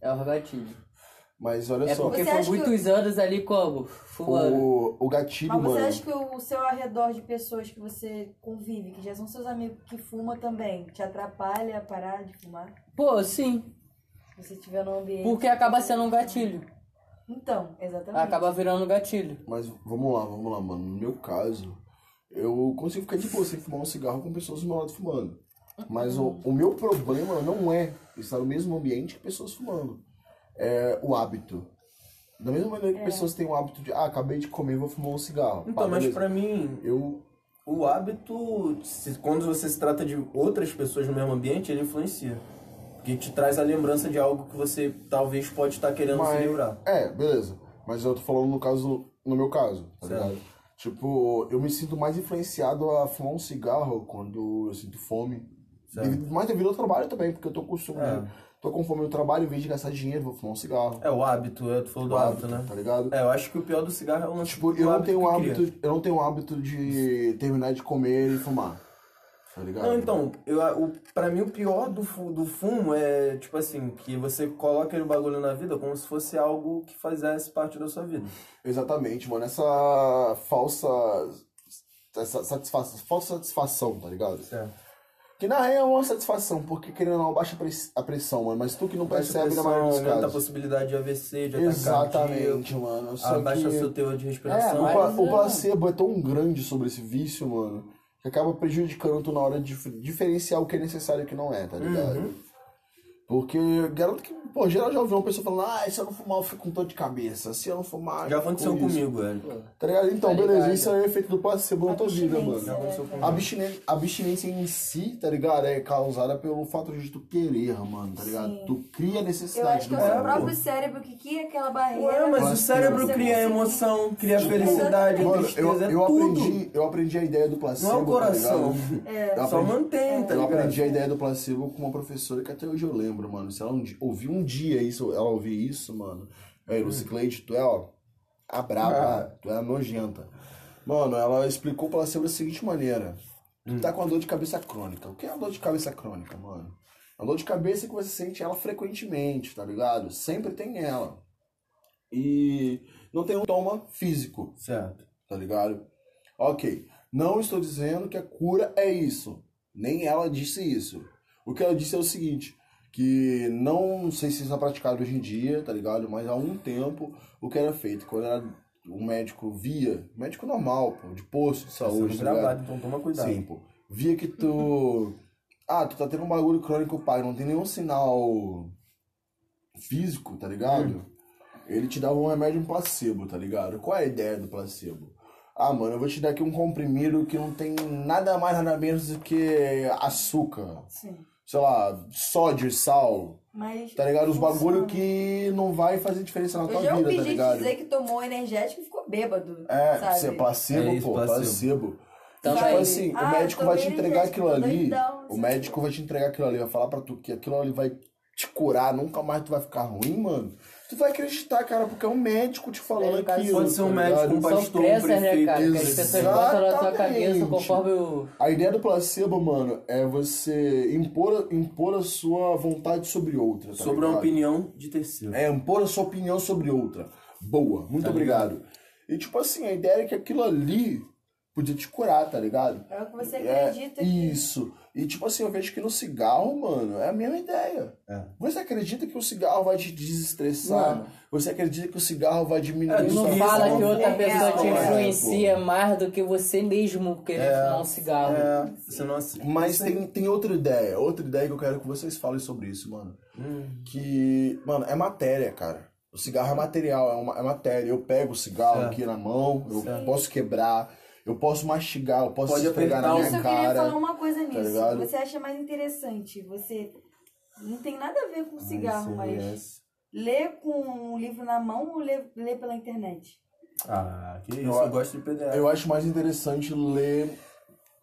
E: é o gatilho.
A: Mas olha
E: É
A: só,
E: porque
D: Você
E: foi
D: acha que
E: muitos anos ali como? Fumando.
A: o, o gatilho,
D: Mas você
A: mano.
D: acha que o seu arredor de pessoas que você convive, que já são seus amigos que fumam também, te atrapalha a parar de fumar?
E: Pô, sim.
D: Se você estiver num ambiente.
E: Porque acaba sendo um gatilho.
D: Então, exatamente.
E: Acaba virando um gatilho.
A: Mas vamos lá, vamos lá, mano. No meu caso, eu consigo ficar de boa sem fumar um cigarro com pessoas do meu lado fumando. Mas o, o meu problema não é estar no mesmo ambiente que pessoas fumando. É o hábito. Da mesma maneira que pessoas têm o hábito de, ah, acabei de comer, vou fumar um cigarro. Pá,
B: Então, mas
A: beleza.
B: pra mim,
A: Eu.
B: O hábito, se- quando você se trata de outras pessoas no mesmo ambiente, ele influencia. Porque te traz a lembrança de algo que você talvez pode estar querendo se
A: mas-
B: livrar.
A: É, beleza. Mas eu tô falando no caso, no meu caso, tá
B: Certo.
A: ligado? Tipo, eu me sinto mais influenciado a fumar um cigarro quando eu sinto fome.
B: Certo.
A: Devido- mas devido ao trabalho também, porque eu tô com costume
B: É.
A: de. Tô com fome no trabalho, em vez de gastar dinheiro, vou fumar um cigarro.
B: É o hábito, é, tu falou do hábito, né?
A: Tá ligado?
B: É, eu acho que o pior do cigarro é o lance
A: Tipo,
B: do
A: eu não tenho
B: que
A: hábito.
B: cria.
A: Eu não tenho hábito de terminar de comer e fumar. Tá ligado?
B: Não, então, eu, o, pra mim o pior do, fu- do fumo é, tipo assim, que você coloca aquele bagulho na vida como se fosse algo que fizesse parte da sua vida.
A: Exatamente, mano. Essa falsa. Essa satisfação, falsa satisfação, tá ligado? Que na real é uma satisfação, porque querendo ou não, baixa press- a pressão, mano. Mas tu que não
B: Baixa
A: percebe
B: pressão,
A: na
B: tá
A: maioria dos
B: aumenta a
A: casos.
B: possibilidade de AVC, de ataque
A: Exatamente, mano.
B: cardíaco,
A: Só
B: abaixa
A: que...
B: Ah, seu teor de
A: É, o,
B: respiração. Uhum.
A: pla-
E: mas
A: o
E: é-
A: placebo é tão grande sobre esse vício, mano, que acaba prejudicando tu na hora de dif- diferenciar o que é necessário e o que não é, tá ligado?
B: Uhum.
A: Porque garanto que, pô, geral já ouviu uma pessoa falando, ah, se eu não fumar eu fico com dor de cabeça, se eu não fumar. eu
B: Já
A: fico
B: aconteceu
A: com isso."
B: comigo, é. velho.
E: Pô,
A: Tá ligado? Então,
E: Tá
A: beleza,
E: ligado. Tá
A: isso é o efeito do placebo na tua vida,
B: Já
A: mano.
B: aconteceu comigo.
A: A abstinência, a abstinência em si, tá ligado? É causada pelo fato de tu querer, mano, tá ligado?
D: Sim.
A: Tu cria a
D: Eu
A: necessidade
D: acho que é o seu
E: né?
A: bagulho.
D: próprio cérebro que cria aquela barreira.
B: Ué, mas
A: Mas
B: o
A: que
B: cérebro
A: você
B: cria
D: conseguir-
B: emoção, cria
D: Tipo,
B: felicidade,
A: Mano,
B: tristeza,
A: eu, eu
B: é tudo.
A: aprendi, eu aprendi a ideia do placebo.
B: Não é o coração.
A: Tá ligado?
D: É.
A: Eu
B: Só
A: aprendi-
B: mantém, tá
A: eu
B: ligado?
A: aprendi a ideia do placebo com uma professora que até hoje eu lembro, mano. Se ela um dia, ouvir um dia isso, ela ouvir isso, mano.
B: Hum.
A: Aí, Lucicleide, tu é, ó, a
B: Ah.
A: braba, tu é a nojenta. Mano, ela explicou o placebo da seguinte maneira.
B: Hum.
A: Tu tá com uma dor de cabeça crônica. O que é uma dor de cabeça crônica, mano? É uma dor de cabeça que você sente ela frequentemente, tá ligado? Sempre tem ela. E não tem um toma físico
B: Certo.
A: tá ligado? Ok, não estou dizendo que a cura é isso, nem ela disse isso. O que ela disse é o seguinte, que não sei se isso é praticado hoje em dia, tá ligado? Mas há um tempo o que era feito, quando era um médico via, médico normal, pô, de posto de
B: Tá sendo
A: saúde, tá ligado?
B: gravado, então toma cuidado.
A: Sim, pô. Via que tu. Ah, tu tá tendo um bagulho crônico, pai, não tem nenhum sinal físico, tá ligado? Ele te dava um remédio, um placebo, tá ligado? Qual é a ideia do placebo? Ah, mano, eu vou te dar aqui um comprimido que não tem nada mais, nada menos do que açúcar,
D: Sim.
A: sei lá, sódio, sal,
D: Mas.
A: tá ligado? Os bagulho
D: funciona.
A: que não vai fazer diferença na
D: Eu
A: tua
D: já
A: vida,
D: ouvi
A: tá
D: gente
A: ligado?
D: dizer que tomou energético e ficou bêbado.
A: É,
D: sabe?
A: você é placebo,
B: É isso,
A: pô,
B: placebo.
A: placebo.
E: Também.
A: Tipo assim,
D: Ah,
A: o médico
D: eu
A: vai
D: tomei
A: te entregar
D: energético,
A: aquilo ali.
D: doidão,
A: O
D: assim.
A: médico vai te entregar aquilo ali, vai falar pra tu que aquilo ali vai te curar, nunca mais tu vai ficar ruim, mano. Tu vai acreditar, cara, porque é um médico te falando
E: É, cara,
A: aquilo.
B: Pode ser um
A: tá
B: médico,
A: ligado?
B: um
E: São
B: pastor, um
E: crenças, né,
B: prefeito.
E: cara? Que as pessoas botam na tua cabeça
A: Exatamente.
E: conforme o.
A: A ideia do placebo, mano, é você impor, impor a sua vontade sobre outra. Tá
B: Sobre uma
A: ligado?
B: opinião de terceiro.
A: É, impor a sua opinião sobre outra. Boa, muito
B: Tá
A: obrigado. E tipo assim, a ideia é que aquilo ali podia te curar, tá ligado?
D: É o que você
A: É,
D: acredita que.
A: Isso. E tipo assim, eu vejo que no cigarro, mano, é a mesma ideia.
B: É.
A: Você acredita que o cigarro vai te desestressar?
E: Mano.
A: Você acredita que o cigarro vai diminuir
B: É,
E: Tu
A: sua
E: não
B: Isso,
E: fala
B: isso,
E: que outra
D: é,
E: pessoa te
A: é, pô.
E: influencia mais do que você mesmo querer fumar um cigarro.
B: É, você não Hum, aceita.
A: Mas tem, tem outra ideia, outra ideia que eu quero que vocês falem sobre isso, mano.
B: Hum.
A: Que, mano, é matéria, cara. O cigarro é material, é, uma, é matéria. Eu pego o cigarro
B: Certo.
A: aqui na mão, eu
B: Certo.
A: posso quebrar, eu posso mastigar, eu posso
B: Pode
A: esfregar
B: apertar
A: na
B: o-
A: minha
D: Isso eu queria
A: é, cara. tá
D: falar uma coisa nisso.
A: ligado?
D: você acha mais interessante? Você. Não tem nada a ver
A: Ah,
D: com cigarro,
A: é.
D: mas.
B: ICBS.
D: Ler com um livro na mão ou ler, ler pela internet?
B: Ah, que isso,
A: Eu-
B: eu, gosto de PDF.
A: Eu acho mais interessante ler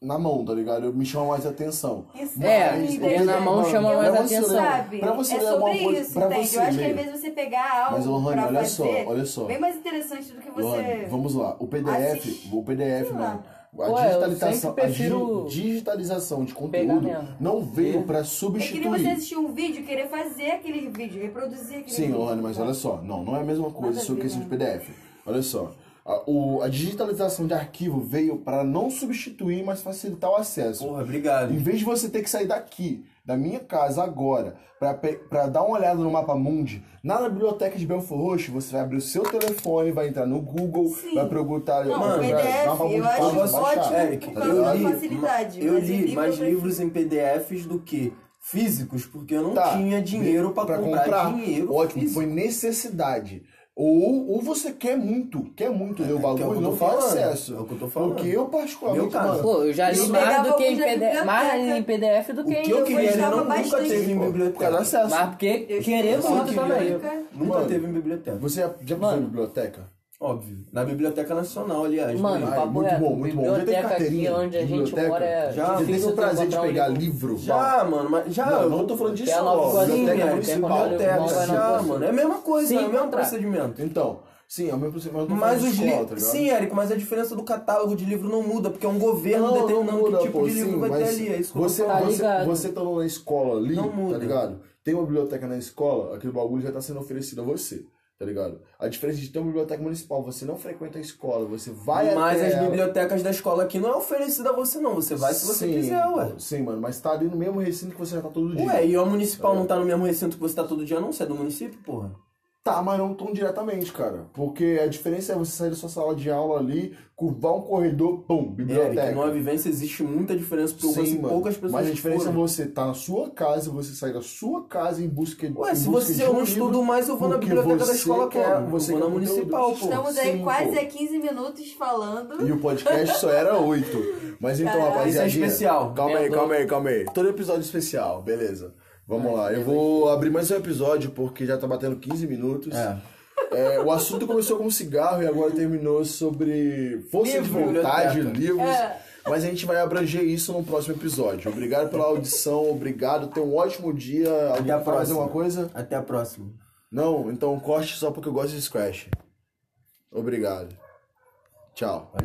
A: na mão, tá ligado? Eu- Me chama mais atenção.
D: Isso
E: É,
D: não
A: Mas,
D: me
A: o
E: ler
A: que-
E: na mão
A: mano,
E: chama
A: pra
E: mais
A: você
E: atenção.
A: ler- um-
D: Sabe?
A: Pra você
D: é
A: ler
D: sobre
A: alguma coisa,
D: isso,
A: pra
D: entende?
A: você
D: Eu acho que
A: ler.
D: às vezes você pegar algo
A: Mas, Lohane,
D: pra
A: olha
D: fazer,
A: só, olha só.
D: bem mais interessante do que
A: Lohane,
D: você...
A: vamos lá. O PDF,
D: assiste.
A: o PDF,
D: Sei
A: mano. né? A
E: Ué, eu
A: digitalização,
E: sempre
A: a di-
E: prefiro
A: digitalização de
E: pegar
A: conteúdo
E: mesmo.
A: não veio pra
D: É que nem
A: substituir.
D: você assistir um vídeo e querer fazer aquele vídeo, reproduzir aquele
A: Sim,
D: vídeo.
A: Lohane, mas olha só. Não, não é a mesma coisa
D: Nada a
A: sobre
D: ver,
A: questão de
D: né?
A: PDF. Olha só. A, o- a digitalização de arquivo veio pra não substituir, mas facilitar o acesso.
B: Porra, obrigado.
A: Em vez de você ter que sair daqui, da minha casa agora, pra, pe- pra dar uma olhada no mapa mundi, na biblioteca de Belfor Roxo, você vai abrir o seu telefone, vai entrar no Google,
D: Sim.
A: vai perguntar...
D: Não,
A: vai-
B: Mano,
D: o
A: vai-
D: PDF
A: mapa mundi
D: eu
A: pra
D: acho
A: você
B: posso
A: baixar.
D: ótimo
B: Eric,
D: por
A: tá
D: causa
B: eu
D: da
A: ligado?
B: li,
D: facilidade.
B: Eu
D: mas o
B: li
D: livro
B: mais
D: eu prefiro.
B: livros em PDFs do que físicos, porque eu não
A: Tá.
B: tinha dinheiro pra,
A: Pra
B: comprar, dinheiro.
A: Ótimo,
B: físico.
A: foi necessidade. Ou, ou você quer muito, quer muito ler o
B: que é o que
A: bagulho
B: eu
A: e
B: tô
A: não tem
B: falando,
A: acesso.
B: é o que eu tô falando.
A: Porque eu, particularmente,
B: Meu caso.
A: mano,
E: Pô, eu já li
D: Isso.
E: mais do que em
D: Pegava
E: PDF, mais
D: biblioteca.
E: em PDF do
B: O
E: que em
B: que eu queria ler
D: gostava
B: não, nunca
D: bastante.
B: teve em
A: pô, por causa do
B: biblioteca.
A: acesso.
E: Mas porque
D: Eu
E: querer
D: só
E: muito
D: queria
E: também.
D: ler. também.
B: Nunca
A: Mano,
B: teve em biblioteca.
A: Você já, já foi
E: Mano.
A: na biblioteca?
B: Óbvio. Na Biblioteca Nacional, aliás.
E: Mano,
A: Ai,
B: né?
E: papo
A: muito
E: reto,
A: bom, muito bom. Já tem
E: biblioteca aqui
A: carteirinha?
E: onde a gente
A: Biblioteca?
E: mora é
B: Já,
A: Você
E: difícil
A: teve o
E: tu
A: prazer de
E: encontrar um
A: pegar
E: livro.
A: livro?
B: já, mano, mas já.
A: Não,
B: eu
A: não tô falando de
B: de
E: Bela
A: escola.
E: Cozinha,
A: Biblioteca
E: Bela
A: municipal.
E: Cozinha.
B: biblioteca,
E: Bela
B: já,
E: Cozinha.
B: mano. É a mesma coisa,
E: Sim,
B: é o mesmo
E: contrato.
B: procedimento.
A: Então, Sim, é o mesmo princípio, mas eu tô
B: Mas
A: falando
B: os
A: de escola, tá
B: livros.
A: ligado?
B: Sim, Érico, mas a diferença do catálogo de livro não muda, porque é um governo
A: Não,
B: determinando
A: não muda,
B: que tipo
A: pô,
B: de livro
A: sim,
B: vai ter
A: mas
B: ali. É isso que
A: você,
B: eu tô falando.
A: você,
E: ligado.
A: você tá na escola ali,
B: Não muda.
A: tá ligado? Tem uma biblioteca na escola, aquele bagulho já tá sendo oferecido a você, tá ligado? A diferença de ter uma biblioteca municipal, você não frequenta a escola, você vai
B: Mas
A: até
B: as
A: ela.
B: bibliotecas da escola aqui não é oferecida a você, não. Você vai se você
A: Sim,
B: quiser, ué.
A: pô, Sim, mano, mas tá ali no mesmo recinto que você já tá todo dia.
B: Ué, e a municipal
A: É.
B: não tá no mesmo recinto que você tá todo dia, não? Você é do município, porra?
A: Tá, mas não tão diretamente, cara. Porque a diferença é você sair da sua sala de aula ali, curvar um corredor, pum, biblioteca.
B: Eric, numa vivência existe muita diferença, porque eu
A: Sim,
B: conheço
A: mano.
B: poucas pessoas
A: Mas a
B: que
A: diferença
B: foram.
A: é você tá na sua casa, você sair da sua casa em busca de.
B: Ué,
A: em
B: se
A: busca de
B: você eu
A: um
B: não
A: livro,
B: estudo mais, eu vou na
A: porque
B: biblioteca da
A: você
B: escola que
A: quer-
B: é
A: você
B: vou
A: quer
B: na
A: conteúdo.
B: municipal, pô.
D: Estamos
A: Sim,
D: aí quase
A: pô.
D: a 15 minutos falando.
A: E o podcast só era oito. Mas então,
D: Caralho.
B: Isso é
A: rapaziada.
B: especial.
A: Calma aí,
E: Perdão.
A: calma aí, calma aí. Todo episódio especial, beleza. Vamos
E: Ai,
A: lá. Eu
E: beleza.
A: vou abrir mais um episódio porque já tá batendo 15 minutos.
B: É.
A: É, o assunto começou com cigarro e agora terminou sobre força de
B: Livro,
A: vontade,
B: biblioteca.
A: livros.
D: É.
A: Mas a gente vai abranger isso no próximo episódio. Obrigado pela audição, obrigado. Tenha um ótimo dia.
B: Até
A: Alguém
B: a
A: quer fazer
B: próxima.
A: uma coisa?
B: É. Até a próxima.
A: Não? Então corte só porque eu gosto de Scratch. Obrigado. Tchau.